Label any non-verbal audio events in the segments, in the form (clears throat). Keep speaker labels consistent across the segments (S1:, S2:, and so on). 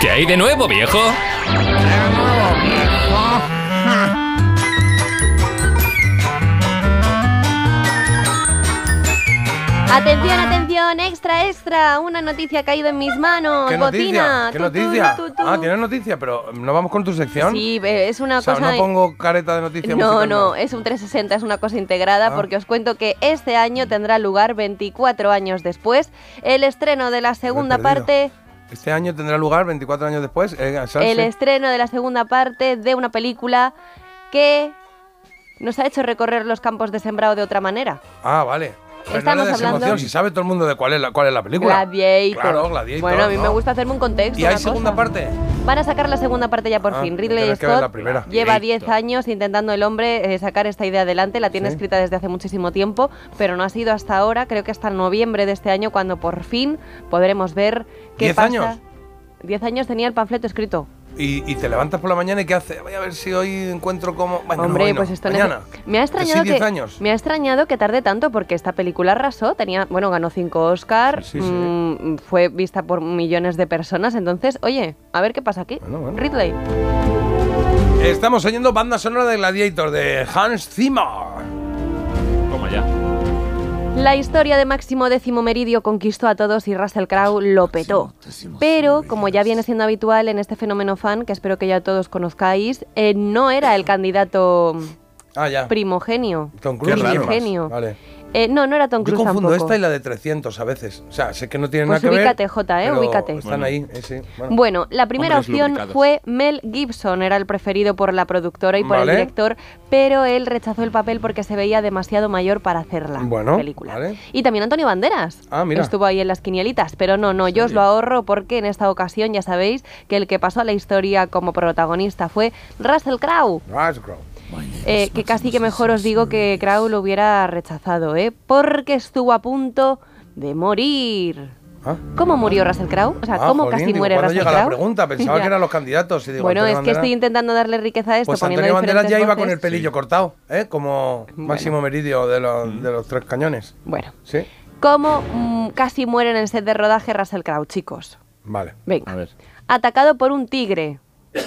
S1: ¿Qué hay de nuevo, viejo?
S2: Atención, atención, extra, extra. Una noticia ha caído en mis manos.
S3: ¿Qué
S2: Bocina.
S3: noticia? ¿Qué
S2: Tu, tu,
S3: noticia?
S2: tu, tu.
S3: Ah, tienes noticia, pero ¿no vamos con tu sección?
S2: Sí, eh, es una
S3: o sea,
S2: cosa.
S3: no pongo careta de noticias.
S2: No,
S3: musical,
S2: no, es un 360, es una cosa integrada
S3: Ah.
S2: porque os cuento que este año tendrá lugar 24 años después el estreno de la segunda
S3: perdido.
S2: parte,
S3: Este año tendrá lugar, 24 años después, eh, Sanse.
S2: el estreno de la segunda parte de una película que nos ha hecho recorrer los campos de sembrado de otra manera.
S3: Ah, vale. Pero
S2: Estamos
S3: no le des
S2: hablando-
S3: emoción, si sabe todo el mundo de cuál es la, cuál es la película.
S2: Gladiator.
S3: Claro, Gladiator.
S2: Bueno, a mí
S3: ¿no?
S2: me gusta hacerme un contexto.
S3: ¿Y hay
S2: una cosa.
S3: segunda parte?
S2: Van a sacar la segunda parte ya por
S3: Ah,
S2: fin. Ridley
S3: tienes que ver la
S2: Scott
S3: primera.
S2: lleva
S3: Directo.
S2: 10 años intentando el hombre eh, sacar esta idea adelante. La tiene
S3: Sí.
S2: escrita desde hace muchísimo tiempo, pero no ha sido hasta ahora. Creo que hasta noviembre de este año cuando por fin podremos ver qué
S3: ¿Diez
S2: pasa.
S3: años?
S2: 10 años tenía el panfleto escrito.
S3: Y, y te levantas por la mañana y ¿qué haces? Voy a ver si hoy encuentro como... Bueno, no,
S2: Hombre,
S3: hoy no,
S2: pues esto
S3: mañana.
S2: nece- me ha extrañado
S3: Sí, 10
S2: que
S3: años.
S2: me ha extrañado que tarde tanto porque esta película arrasó, tenía, bueno, ganó cinco Oscar,
S3: Sí, sí.
S2: mm, fue vista por millones de personas, entonces, oye, a ver qué pasa aquí.
S3: Bueno, bueno.
S2: Ridley.
S3: Estamos oyendo banda sonora de Gladiator de Hans Zimmer.
S1: Toma ya.
S2: La historia de Máximo Décimo Meridio conquistó a todos y Russell Crowe lo petó. Pero, como ya viene siendo habitual en este fenómeno fan, que espero que ya todos conozcáis, eh, no era el candidato
S3: Ah, ya.
S2: primogenio.
S3: Tom Cruise.
S1: Qué raro.
S2: Primigenio.
S3: Vale.
S2: Eh, no, no era Tom
S3: Yo
S2: Cruise
S3: confundo
S2: tampoco.
S3: esta y la de 300 a veces. O sea, sé que no tienen
S2: Pues
S3: nada que
S2: ubícate,
S3: ver.
S2: Jota, ¿eh?
S3: pero
S2: Ubícate.
S3: Están
S1: Bueno.
S3: ahí, eh, sí. Bueno.
S2: Bueno, la primera
S1: Hombres
S2: opción
S1: lubricados.
S2: fue Mel Gibson, era el preferido por la productora y por
S3: Vale.
S2: el director, pero él rechazó el papel porque se veía demasiado mayor para hacer la
S3: Bueno,
S2: película.
S3: vale.
S2: Y también Antonio Banderas
S3: Ah, mira.
S2: estuvo ahí en las quinielitas, pero no, no, yo os lo ahorro porque en esta ocasión ya sabéis que el que pasó a la historia como protagonista fue Russell Crowe.
S3: Rasgrove.
S2: Eh, que casi que mejor os digo que Crowe lo hubiera rechazado, ¿eh? Porque estuvo a punto de morir.
S3: Ah.
S2: ¿Cómo murió Russell Crowe? O sea,
S3: Ah,
S2: ¿cómo
S3: jolín,
S2: casi
S3: digo,
S2: muere
S3: ¿cuándo
S2: Russell
S3: llega
S2: Crowe?
S3: la pregunta,
S2: (laughs)
S3: pensaba
S2: Ya.
S3: que eran los candidatos. y digo,
S2: bueno,
S3: Antonio
S2: es que
S3: Banderas-
S2: estoy intando darle riqueza a esto
S3: Pues
S2: poniendo
S3: Antonio Banderas ya
S2: diferentes
S3: iba con el
S2: voces.
S3: pelillo cortado, ¿eh? Como máximo meridio de los, de los tres cañones.
S2: Bueno,
S3: ¿Sí?
S2: ¿cómo mm, casi muere en el set de rodaje Russell Crowe, chicos?
S3: Vale.
S2: Venga.
S1: A ver.
S2: Atacado por un tigre. (coughs)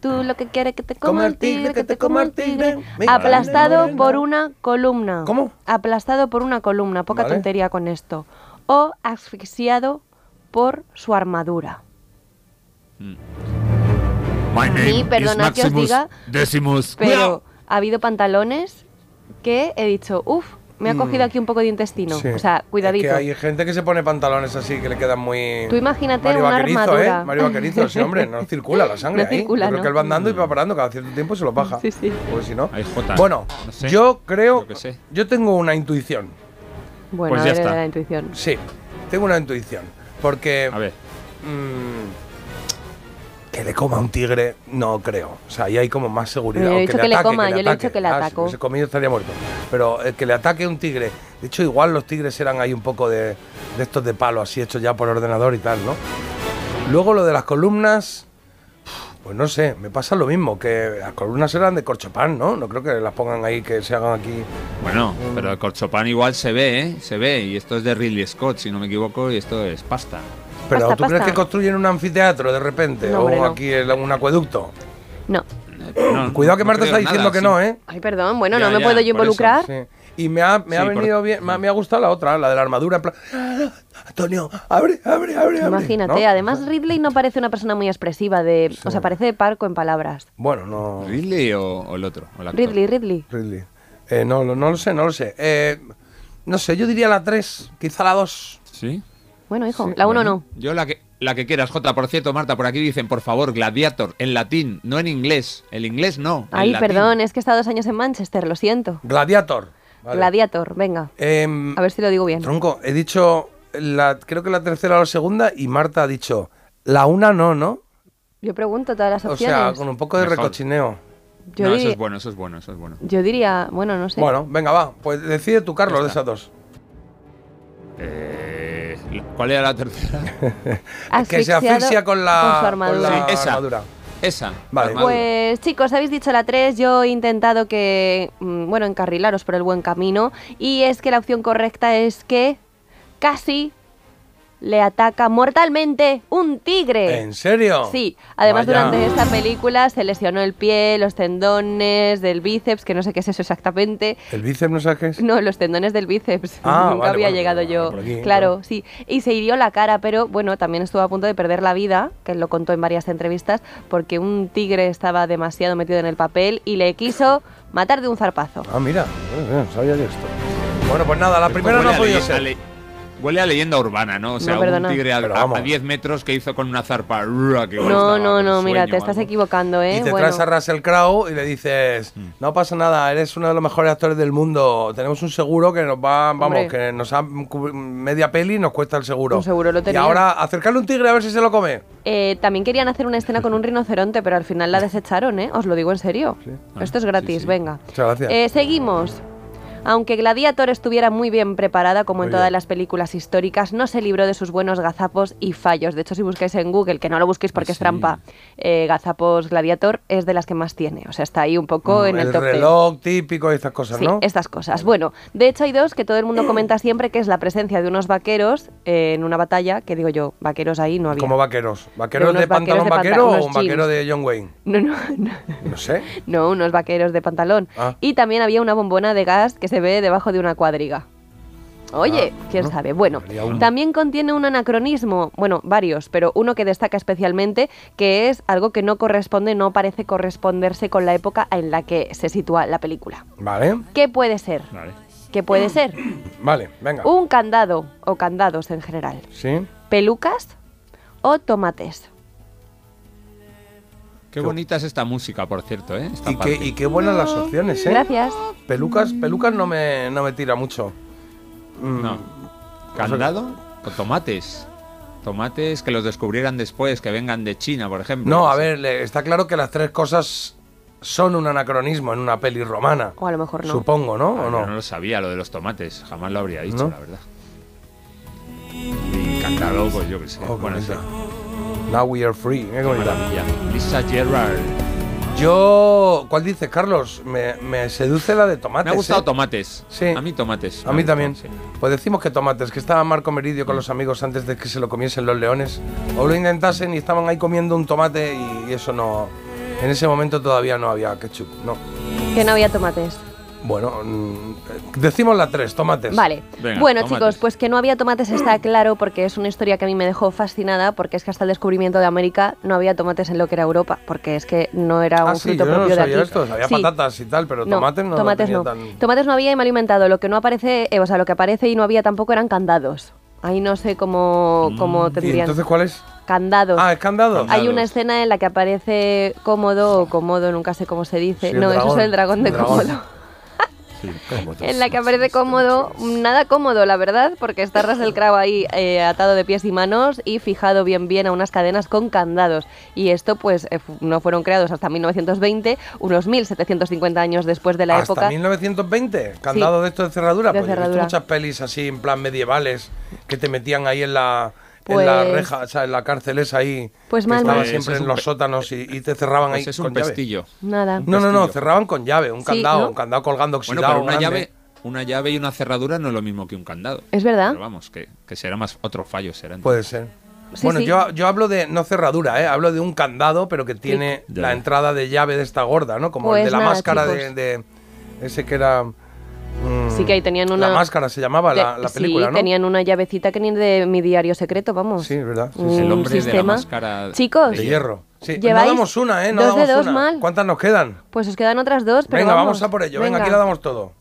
S2: Tú lo que quieres que te coma el tigre, que te coma el tigre.
S3: Venga,
S2: Aplastado
S3: venga,
S2: por
S3: venga.
S2: una columna.
S3: ¿Cómo?
S2: Aplastado por una columna. Poca
S3: Vale.
S2: tontería con esto. O asfixiado por su armadura.
S4: My
S2: name is perdona que os Maximus diga,
S4: Decimus.
S2: Pero ha habido pantalones que he dicho, uff, me ha cogido aquí un poco de intestino.
S3: Mm. Sí.
S2: O sea, cuidadito.
S3: Es que hay gente que se pone pantalones así que le quedan muy.
S2: Tú imagínate
S3: Mario
S2: una
S3: Vaquerizo,
S2: armadura.
S3: ¿eh? Mario Vaquerizo, ese
S2: (laughs)
S3: hombre, no circula la sangre
S2: No
S3: ahí.
S2: circula,
S3: Yo creo
S2: ¿no?
S3: que él va andando y va parando, cada cierto tiempo se lo baja.
S2: Sí, sí.
S3: Pues si no.
S1: Ay, Mm. Jota, ¿eh?
S3: Bueno,
S1: no sé.
S3: yo creo.
S1: Yo qué sé.
S3: Yo tengo una intuición.
S2: Bueno,
S1: Pues
S2: a
S1: ya
S2: ver,
S1: está.
S2: la intuición.
S3: Sí, tengo una intuición. Porque.
S1: A ver.
S3: mm, que le coma un tigre, no creo. O sea, ahí hay como más seguridad.
S2: Yo he
S3: O
S2: dicho que le coma, yo le he
S3: ataque.
S2: dicho que le
S3: Ah,
S2: ataco.
S3: Si hubiese comido estaría muerto. Pero eh, que le ataque un tigre. De hecho, igual los tigres eran ahí un poco de, de estos de palo, así hechos ya por ordenador y tal, ¿no? Luego lo de las columnas. Pues no sé, me pasa lo mismo, que las columnas eran de corchopán, ¿no? No creo que las pongan ahí, que se hagan aquí.
S4: Bueno, pero el corchopán igual se ve, ¿eh? Se ve. Y esto es de Ridley Scott, si no me equivoco, y esto es pasta.
S3: Pero
S2: Pasta,
S3: ¿tú crees
S2: pasta.
S3: que construyen un anfiteatro de repente?
S2: No,
S3: o
S2: hombre, no.
S3: aquí el- un acueducto.
S2: No.
S4: No,
S3: Cuidado que
S4: no
S3: Marta
S4: creo
S3: está diciendo
S4: nada,
S3: que
S4: sí.
S3: no, ¿eh?
S2: Ay, perdón, bueno,
S4: Ya,
S2: no me
S4: ya,
S2: puedo yo
S4: por eso,
S2: involucrar.
S3: Sí. Y me ha, me ha
S4: Sí, por-
S3: venido bien, me ha, me ha gustado la otra, la de la armadura. en plan, "Ah, Antonio, abre, abre, abre. abre",
S2: Imagínate,
S3: ¿no?
S2: además Ridley no parece una persona muy expresiva de, o sea, parece parco en palabras.
S3: Bueno, no.
S4: ¿Ridley o, o el otro? o el actor?
S2: Ridley, Ridley.
S3: Ridley. Eh, no, lo- no lo sé, no lo sé. Eh, no sé, yo diría la 3, quizá la 2.
S4: ¿Sí?
S2: Bueno, hijo, la uno
S4: Bueno, Yo la que, la que quieras, Jota. Por cierto, Marta, por aquí dicen, por favor, Gladiator, en latín, no en inglés. El inglés no.
S2: no.
S4: el
S2: Ay,
S4: latín.
S2: perdón, eh, es que he estado dos años en Manchester, lo siento.
S3: Gladiator. Vale.
S2: Gladiator, venga.
S3: Em,
S2: A ver si lo digo bien.
S3: Tronco, he dicho, la, creo que la tercera o la segunda, y Marta ha dicho, la una no, ¿no?
S2: Yo pregunto todas las
S3: O
S2: opciones.
S3: sea, con un poco de
S4: Mejor.
S3: recochineo.
S2: yo,
S4: no,
S2: diri-
S4: eso es bueno, eso es bueno, eso es bueno.
S2: yo diría, bueno, no sé.
S3: Bueno, venga, va. Pues decide tú, Carlos, de esas dos.
S4: Eh, ¿Cuál era la tercera?
S3: Que se
S2: Asfixiado
S3: asfixia con la,
S2: con su
S3: con la
S2: armadura.
S4: Sí, esa.
S3: armadura.
S4: Esa.
S3: Vale.
S4: armadura.
S2: Pues chicos, habéis dicho la 3, yo he intentado que, mm, bueno, encarrilaros por el buen camino y es que la opción correcta es que casi le ataca mortalmente un tigre.
S3: ¿En serio?
S2: Sí, además
S3: Vaya.
S2: durante esta película se lesionó el pie, los tendones del bíceps, que no sé qué es eso exactamente.
S3: ¿El bíceps no sabes qué es?
S2: (laughs) No, los tendones del bíceps.
S3: Ah,
S2: (laughs) Nunca
S3: vale,
S2: había
S3: vale,
S2: llegado
S3: vale,
S2: yo.
S3: por
S2: claro,
S3: aquí, claro.
S2: sí. Y se hirió la cara, pero bueno, también estuvo a punto de perder la vida, que lo contó en varias entrevistas, porque un tigre estaba demasiado metido en el papel y le quiso matar de un zarpazo.
S3: Ah, mira, eh, eh, sabía yo esto. Bueno, pues nada, la primera
S4: Huele
S3: no
S4: a
S3: ha podido
S4: leyenda-
S3: ser.
S4: le- Huele a leyenda urbana, ¿no? O sea,
S2: No,
S4: un
S2: perdona.
S4: tigre a,
S3: Pero
S4: a- a
S3: vamos.
S4: 10 metros que hizo con una zarpa. rua, que igual
S2: No,
S4: estaba
S2: no,
S4: con
S2: no, mira,
S4: sueño
S2: te
S4: o
S2: estás
S4: algo.
S2: equivocando, ¿eh?
S3: Y te
S2: Bueno.
S3: traes a Russell Crowe y le dices,
S4: Mm.
S3: no pasa nada, eres uno de los mejores actores del mundo, tenemos un seguro que nos va, vamos,
S2: Hombre.
S3: que nos ha cubri- media peli y nos cuesta el seguro.
S2: Un seguro lo
S3: Y
S2: tenía.
S3: ahora acercarle un tigre a ver si se lo come.
S2: Eh, también querían hacer una escena con un rinoceronte, pero al
S3: (laughs)
S2: final la desecharon, ¿eh? Os lo digo en serio. Esto es
S3: Ah,
S2: gratis, venga.
S3: Muchas gracias.
S2: Eh, seguimos. Aunque Gladiator estuviera muy bien preparada, como en
S3: Muy
S2: todas
S3: bien.
S2: las películas históricas, no se libró de sus buenos gazapos y fallos. De hecho, si buscáis en Google, que no lo busquéis
S3: Pues
S2: porque es trampa, eh, gazapos Gladiator es de las que más tiene. O sea, está ahí un poco en el,
S3: Mm, el
S2: top ten.
S3: reloj típico y estas cosas,
S2: Sí,
S3: ¿no?
S2: estas cosas. Bueno, de hecho hay dos que todo el mundo comenta siempre, que es la presencia de unos vaqueros eh, en una batalla, que digo yo, vaqueros ahí no había.
S3: Como vaqueros. ¿Vaqueros
S2: unos
S3: de
S2: vaqueros
S3: pantalón
S2: de
S3: vaquero
S2: pantalón,
S3: o un
S2: unos
S3: vaquero
S2: jeans.
S3: de John Wayne?
S2: No, no, (laughs) no.
S3: No sé.
S2: No, unos vaqueros de pantalón.
S3: Ah.
S2: Y también había una bombona de gas que se ve debajo de una cuadriga. Oye,
S3: Ah,
S2: quién
S3: no.
S2: sabe. Bueno,
S3: Habría uno.
S2: también contiene un anacronismo, bueno, varios, pero uno que destaca especialmente, que es algo que no corresponde, no parece corresponderse con la época en la que se sitúa la película.
S3: Vale,
S2: ¿Qué puede ser?
S4: Vale.
S2: ¿Qué puede ser?
S3: vale, venga.
S2: Un candado o candados en general.
S3: Sí.
S2: Pelucas o tomates.
S4: Qué bonita es esta música, por cierto, ¿eh? Esta
S3: Y qué,
S4: parte.
S3: y qué buenas las opciones, ¿eh?
S2: Gracias.
S3: Pelucas, pelucas no me, no me tira mucho. Mm,
S4: No. ¿Candado? ¿O tomates? Tomates que los descubrieran después, que vengan de China, por ejemplo.
S3: No, a
S4: sé.
S3: ver, le- está claro que las tres cosas son un anacronismo en una peli romana.
S2: O a lo mejor no.
S3: Supongo, ¿no?
S4: Ah,
S3: ¿O no?
S4: yo lo sabía, lo de los tomates. Jamás lo habría dicho,
S3: ¿No?
S4: la verdad. Y Candado, pues yo qué sé.
S3: Oh, qué
S4: bueno, sí.
S3: bonita. Now we are free. Mira qué bonita.
S4: Maravilla. Lisa Gerrard.
S3: Yo. ¿Cuál dices, Carlos? Me, me seduce la de tomates.
S4: Me ha gustado
S3: ¿eh?
S4: tomates.
S3: Sí.
S4: A mí tomates.
S3: A
S4: me
S3: mí
S4: ha
S3: también.
S4: gustado, sí.
S3: Pues decimos que tomates, que estaba Marco Meridio con los amigos antes de que se lo comiesen los leones. O lo intentasen y estaban ahí comiendo un tomate y eso no. En ese momento todavía no había ketchup, no.
S2: Que no había tomates.
S3: Bueno, mm, decimos la tres, tomates.
S2: Vale.
S4: Venga,
S2: bueno,
S4: tomates.
S2: chicos, pues que no había tomates está claro porque es una historia que a mí me dejó fascinada porque es que hasta el descubrimiento de América no había tomates en lo que era Europa porque es que no era un
S3: Ah, sí,
S2: fruto
S3: yo no
S2: propio de
S3: sabía
S2: aquí.
S3: esto. Sabía
S2: Sí.
S3: patatas y tal, pero tomates no. lo
S2: tomates
S3: tenía
S2: no.
S3: tan-
S2: Tomates no había y mal inventado. Lo que no aparece, eh, o sea, lo que aparece y no había tampoco eran candados. Ahí no sé cómo,
S4: Mm.
S2: cómo te
S3: ¿Y
S2: dirían.
S3: entonces cuál es?
S2: Candados.
S3: Ah, es candado.
S4: Candado.
S2: Hay una escena en la que aparece cómodo o cómodo, nunca sé cómo se dice.
S3: Sí, el
S2: no, eso
S3: dragón.
S2: es el dragón de
S3: El dragón. (laughs)
S2: cómodo. En la que aparece cómodo, nada cómodo, la verdad, porque está Russell Crowe ahí eh, atado de pies y manos y fijado bien bien a unas cadenas con candados. Y esto, pues, eh, fu- no fueron creados hasta 1920, unos 1750 años después de la
S3: Hasta
S2: época.
S3: 1920, candado de esto de cerradura.
S2: De
S3: pues yo he visto
S2: cerradura.
S3: muchas pelis así en plan medievales que te metían ahí en la, en
S2: Pues-
S3: la reja, o sea, en la cárcel esa ahí.
S2: Pues
S3: que
S2: mal,
S3: estaba
S2: mal.
S3: siempre
S4: Eso es
S3: en
S4: un
S3: los
S4: pe-
S3: sótanos y, y te cerraban ahí
S4: Ese Pues es un
S3: con llave.
S4: pestillo.
S2: Nada.
S3: No, no, no,
S4: pestillo.
S3: cerraban con llave, un
S2: Sí,
S3: candado,
S2: ¿no?
S3: un candado colgando
S4: Bueno,
S3: oxidado.
S4: pero una
S3: Pues grande.
S4: llave, una llave y una cerradura no es lo mismo que un candado.
S2: ¿Es verdad?
S4: Pero vamos, que, que será más otro fallo, será.
S3: Puede ser.
S2: Sí,
S3: Bueno,
S2: sí.
S3: Yo, yo hablo de, no cerradura, ¿eh? hablo de un candado, pero que tiene
S4: Ya.
S3: la entrada de llave de esta gorda, ¿no? Como el
S2: Pues
S3: de la
S2: nada,
S3: máscara de,
S2: chicos.
S3: de- Ese que era. mm,
S2: Sí que ahí tenían una...
S3: La máscara se llamaba
S2: de-
S3: Ah, la, la película,
S2: sí,
S3: ¿no?
S2: tenían una llavecita que ni de mi diario secreto, vamos.
S3: Sí, es verdad. sí, sí.
S4: El
S2: Un
S4: hombre de la
S2: sistema.
S4: máscara de
S2: Chicos,
S3: De hierro. Sí, no
S2: Lleváis
S3: damos una, ¿eh? No
S2: dos de
S3: damos
S2: dos
S3: una.
S2: mal.
S3: ¿Cuántas nos quedan?
S2: pues os quedan otras dos, pero
S3: venga,
S2: vamos,
S3: vamos a por ello. Venga, aquí la damos todo.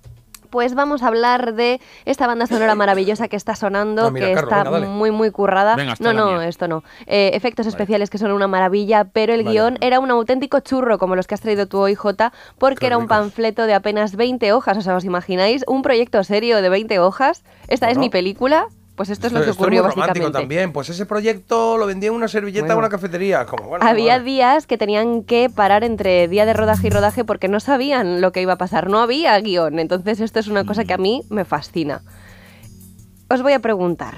S2: Pues vamos a hablar de esta banda
S3: (laughs)
S2: sonora maravillosa que está sonando,
S3: Ah, mira,
S2: que
S3: Carlos,
S2: está
S3: venga, dale.
S2: muy, muy currada.
S4: Venga,
S2: no,
S4: hasta la
S2: no,
S4: mía.
S2: esto no. Eh, efectos especiales que son una maravilla, pero el
S3: Vale.
S2: guión era un auténtico churro, como los que has traído tú hoy, Jota, porque
S3: Qué
S2: era un
S3: ricos.
S2: panfleto de apenas 20 hojas, o sea, ¿os imagináis? Un proyecto serio de 20 hojas. Esta es
S3: Bueno.
S2: mi película, pues esto, es lo que
S3: Esto
S2: ocurrió
S3: muy romántico
S2: básicamente.
S3: también. Pues ese proyecto lo vendía en una servilleta
S2: Bueno.
S3: a una cafetería. Como, bueno,
S2: Había
S3: vale.
S2: días que tenían que parar entre día de rodaje y rodaje porque no sabían lo que iba a pasar, no había guión. Entonces esto es una
S3: Mm.
S2: cosa que a mí me fascina. Os voy a preguntar,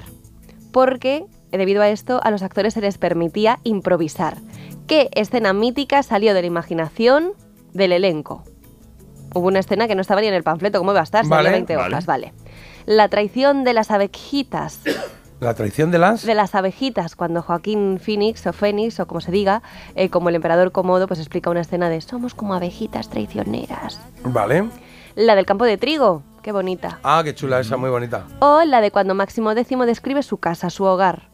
S2: ¿por qué debido a esto a los actores se les permitía improvisar? ¿Qué escena mítica salió de la imaginación del elenco? Hubo una escena que no estaba ni en el panfleto, ¿cómo iba a estar? Si
S3: Vale,
S2: había 20
S4: vale.
S2: hojas, vale. La traición de las abejitas
S3: La traición de las.
S2: de las abejitas, cuando Joaquín Phoenix o Fénix o como se diga, eh, como el emperador Comodo, pues explica una escena de somos como abejitas traicioneras.
S3: Vale.
S2: La del campo de trigo, qué bonita.
S3: Ah, qué chula esa, muy bonita.
S2: O la de cuando Máximo X describe su casa, su hogar.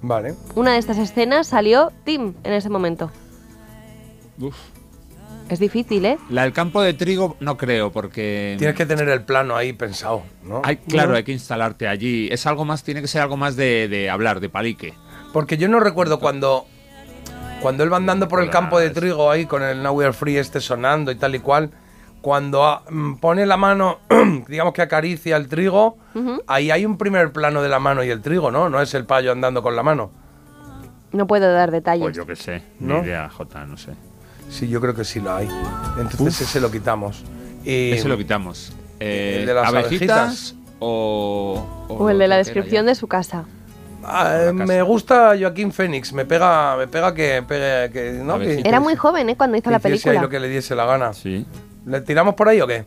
S3: Vale.
S2: Una de estas escenas salió Tim en ese momento.
S4: Uf.
S2: Es difícil, ¿eh?
S4: La del campo de trigo no creo, porque.
S3: Tienes que tener el plano ahí pensado, ¿no?
S4: Hay, claro, hay que instalarte allí. Es algo más, tiene que ser algo más de, de hablar, de palique.
S3: Porque yo no recuerdo cuando. Cuando él va andando por el campo de trigo ahí con el Nowhere Free este sonando y tal y cual. Cuando ah, mm, pone la mano, (clears throat) digamos que acaricia el trigo, ahí hay un primer plano de la mano y el trigo, ¿no? No es el payo andando con la mano.
S2: No puedo dar detalles.
S4: Pues yo qué sé,
S3: ¿No? Eh,
S4: ni idea, Jota, no sé.
S3: Sí, yo creo que sí lo hay. Entonces ese lo quitamos. Y
S4: Ese lo quitamos. Eh,
S3: el de las
S4: abejitas
S3: abejitas.
S4: o,
S2: O el de la descripción
S4: de
S2: de su casa.
S3: Ah, eh,
S4: la casa.
S3: me gusta Joaquín Fénix, me pega, me pega que, pegue- que- ¿no? que-
S4: Abejita.
S2: Era muy joven, ¿eh? Cuando hizo
S3: que
S2: la
S3: hiciese ahí
S2: película.
S3: lo que le diese la gana.
S4: Sí.
S3: ¿Le tiramos por ahí o qué?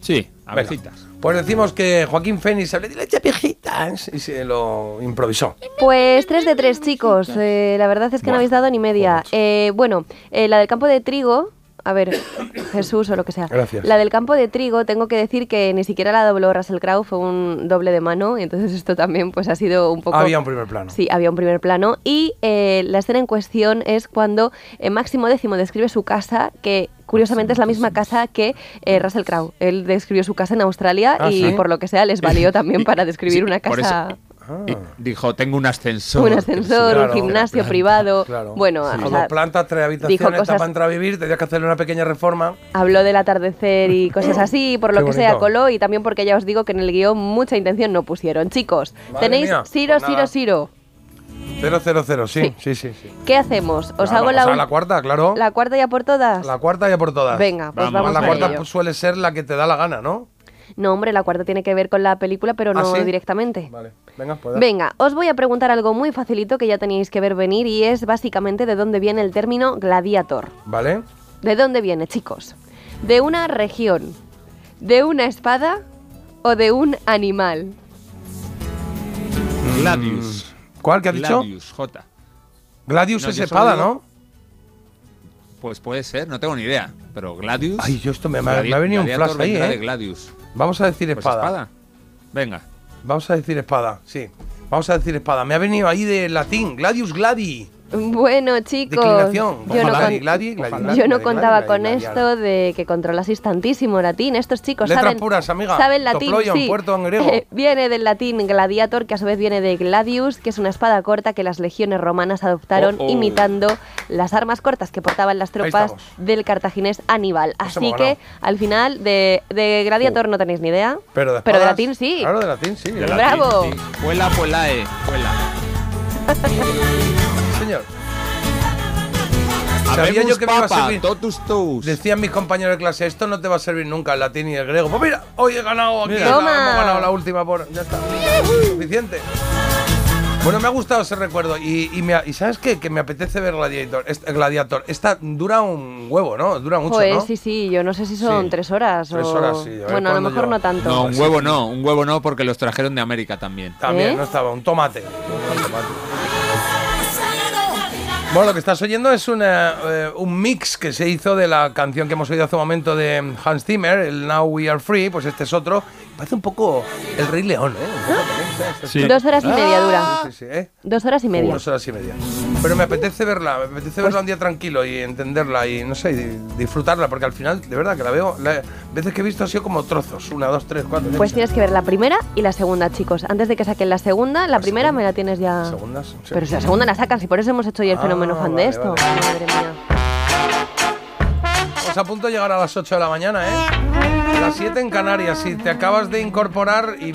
S4: Sí,
S3: Venga.
S4: abejitas.
S3: Pues decimos que Joaquín Fénix habló de las abejitas y se lo improvisó.
S2: Pues 3 de 3, chicos. Eh, la verdad es que no
S3: Buah,
S2: habéis dado ni media.
S3: joder.
S2: Eh, bueno, eh, la del campo de trigo. A ver, (coughs) Jesús o lo que sea.
S3: Gracias.
S2: La del campo de trigo, tengo que decir que ni siquiera la dobló Russell Crowe, fue un doble de mano, y entonces esto también pues ha sido un poco...
S3: Había un primer plano.
S2: Sí, había un primer plano. Y eh, la escena en cuestión es cuando eh, Máximo X describe su casa, que curiosamente es la misma casa que eh, Russell Crowe. Él describió su casa en Australia
S3: Ah,
S2: y
S3: ¿sí?
S2: por lo que sea les valió
S3: (laughs)
S2: también para
S4: Sí,
S2: describir una
S4: por eso-
S2: casa...
S3: Ah.
S4: Y dijo, tengo un ascensor.
S2: un
S3: sí,
S2: ascensor,
S3: claro.
S2: un gimnasio
S4: Claro.
S2: privado.
S3: (laughs) Claro.
S2: Bueno,
S3: Sí.
S2: o
S3: Con
S2: sea,
S3: dos plantas, tres habitaciones,
S2: cosas-
S3: está para entrar a vivir, tenías que hacerle una pequeña reforma.
S2: habló del atardecer y
S3: (coughs)
S2: cosas así, por lo
S3: Qué
S2: que sea,
S3: bonito.
S2: coló y también porque ya os digo que en el guión mucha intención no pusieron. Chicos,
S3: Madre
S2: tenéis
S3: mía,
S2: Siro,
S3: pues nada.
S2: Siro, Siro.
S3: 000, sí, sí, sí. sí.
S2: ¿Qué hacemos? ¿Os
S3: Ah,
S2: hago
S3: vamos
S2: la,
S3: a
S2: ul-
S3: la cuarta, claro.
S2: la cuarta ya por todas?
S3: La cuarta ya por todas.
S2: Venga, pues
S4: Vamos,
S2: vamos,
S3: la
S2: a
S3: cuarta
S2: ello.
S3: pues, suele ser la que te da la gana, ¿no?
S2: No, hombre, la cuarta tiene que ver con la película, pero
S3: ¿Ah,
S2: no
S3: sí?
S2: directamente.
S3: Vale. Venga, pues. dale.
S2: Venga, os voy a preguntar algo muy facilito que ya teníais que ver venir y es básicamente de dónde viene el término gladiator.
S3: Vale.
S2: ¿De dónde viene, chicos? ¿De una región? ¿De una espada? ¿O de un animal?
S4: Gladius.
S3: Mm. ¿Cuál que has dicho?
S4: Gladius, J.
S3: Gladius
S4: No,
S3: es
S4: yo
S3: espada,
S4: solo digo-
S3: ¿no?
S4: Pues puede ser, no tengo ni idea. Pero Gladius.
S3: Ay, yo esto me- me-
S4: Gladi-
S3: me ha venido un
S4: Gladiator
S3: flash ahí,
S4: vendrá
S3: ¿eh?
S4: de Gladius.
S3: Vamos a decir
S4: Pues espada. Venga.
S3: Vamos a decir espada, sí. Vamos a decir espada. Me ha venido ahí de latín, gladius gladi.
S2: Bueno, chicos,
S3: Declinación.
S2: yo no,
S3: Ojalá,
S2: con-
S3: y gladi, gladi,
S2: yo
S3: gladi,
S2: no
S3: gladi,
S2: contaba
S3: gladi,
S2: con
S3: gladi, gladi.
S2: esto de que controlaseis tantísimo latín. Estos chicos
S3: Letras
S2: saben,
S3: puras, amiga.
S2: saben latín,
S3: Toployan,
S2: sí.
S3: puerto en griego.
S2: (laughs) viene del latín gladiator, que a su vez viene de gladius, que es una espada corta que las legiones romanas adoptaron
S4: Oh, oh.
S2: imitando las armas cortas que portaban las tropas
S3: estamos.
S2: del cartaginés Aníbal.
S3: Pues
S2: Así
S3: hemos
S2: que,
S3: ganado.
S2: al final, de, de gladiator no tenéis ni idea,
S3: Uh. Pero de,
S2: de
S3: espadas-
S2: latín sí.
S3: Claro, de latín sí.
S4: De
S3: ¿eh?
S4: latín,
S2: ¡Bravo!
S4: sí. Vuela, eh. volae, vuela.
S3: Señor. Sabía
S4: Habemus
S3: yo que me iba a
S4: papa,
S3: servir.
S4: totus tous.
S3: Decían mis compañeros de clase, esto no te va a servir nunca, el latín y el griego. Pues mira, hoy he ganado aquí.
S4: Mira.
S3: la-
S2: Toma.
S3: hemos ganado la última por. Ya está. Suficiente. Bueno, me ha gustado ese recuerdo. Y, y me ha- y ¿sabes qué? Que me apetece ver Gladiator. Este- Gladiator. Esta dura un huevo, ¿no? Dura mucho,
S2: Joder,
S3: ¿no?
S2: sí, sí, yo no sé si son
S3: Sí.
S2: tres horas
S3: Tres
S2: o...
S3: horas, sí, a ver
S2: bueno, a lo
S3: cuándo
S2: mejor
S3: llega.
S2: no tanto.
S4: No, un huevo no, un huevo no, porque los trajeron de América también.
S3: También,
S2: ¿Eh?
S3: no estaba, un tomate. Un tomate. Bueno, lo que estás oyendo es una, eh, un mix que se hizo de la canción que hemos oído hace un momento de Hans Zimmer, el Now We Are Free, pues este es otro. Parece un poco el Rey León, ¿eh? Un poco también, ¿sabes?
S4: Sí.
S2: Dos horas y media dura.
S3: Sí, sí, sí, ¿eh?
S2: Dos horas y media. Pues
S3: Dos horas y media. Pero me apetece verla, me apetece verla un día tranquilo y entenderla y, no sé, y disfrutarla, porque al final, de verdad, que la veo, las veces que he visto ha sido como trozos, una, dos, tres, cuatro.
S2: Pues tienes que ver la primera y la segunda, chicos. Antes de que saquen la segunda, la primera me la tienes ya.
S3: Segundas. sí.
S2: Pero si la segunda la sacan, si por eso hemos hecho hoy el
S3: Ah,
S2: fenómeno fan
S3: vale,
S2: de esto.
S3: vale.
S2: Madre mía.
S3: Estamos a punto de llegar a las 8 de la mañana, ¿eh? Las 7 en Canarias. Si te acabas de incorporar y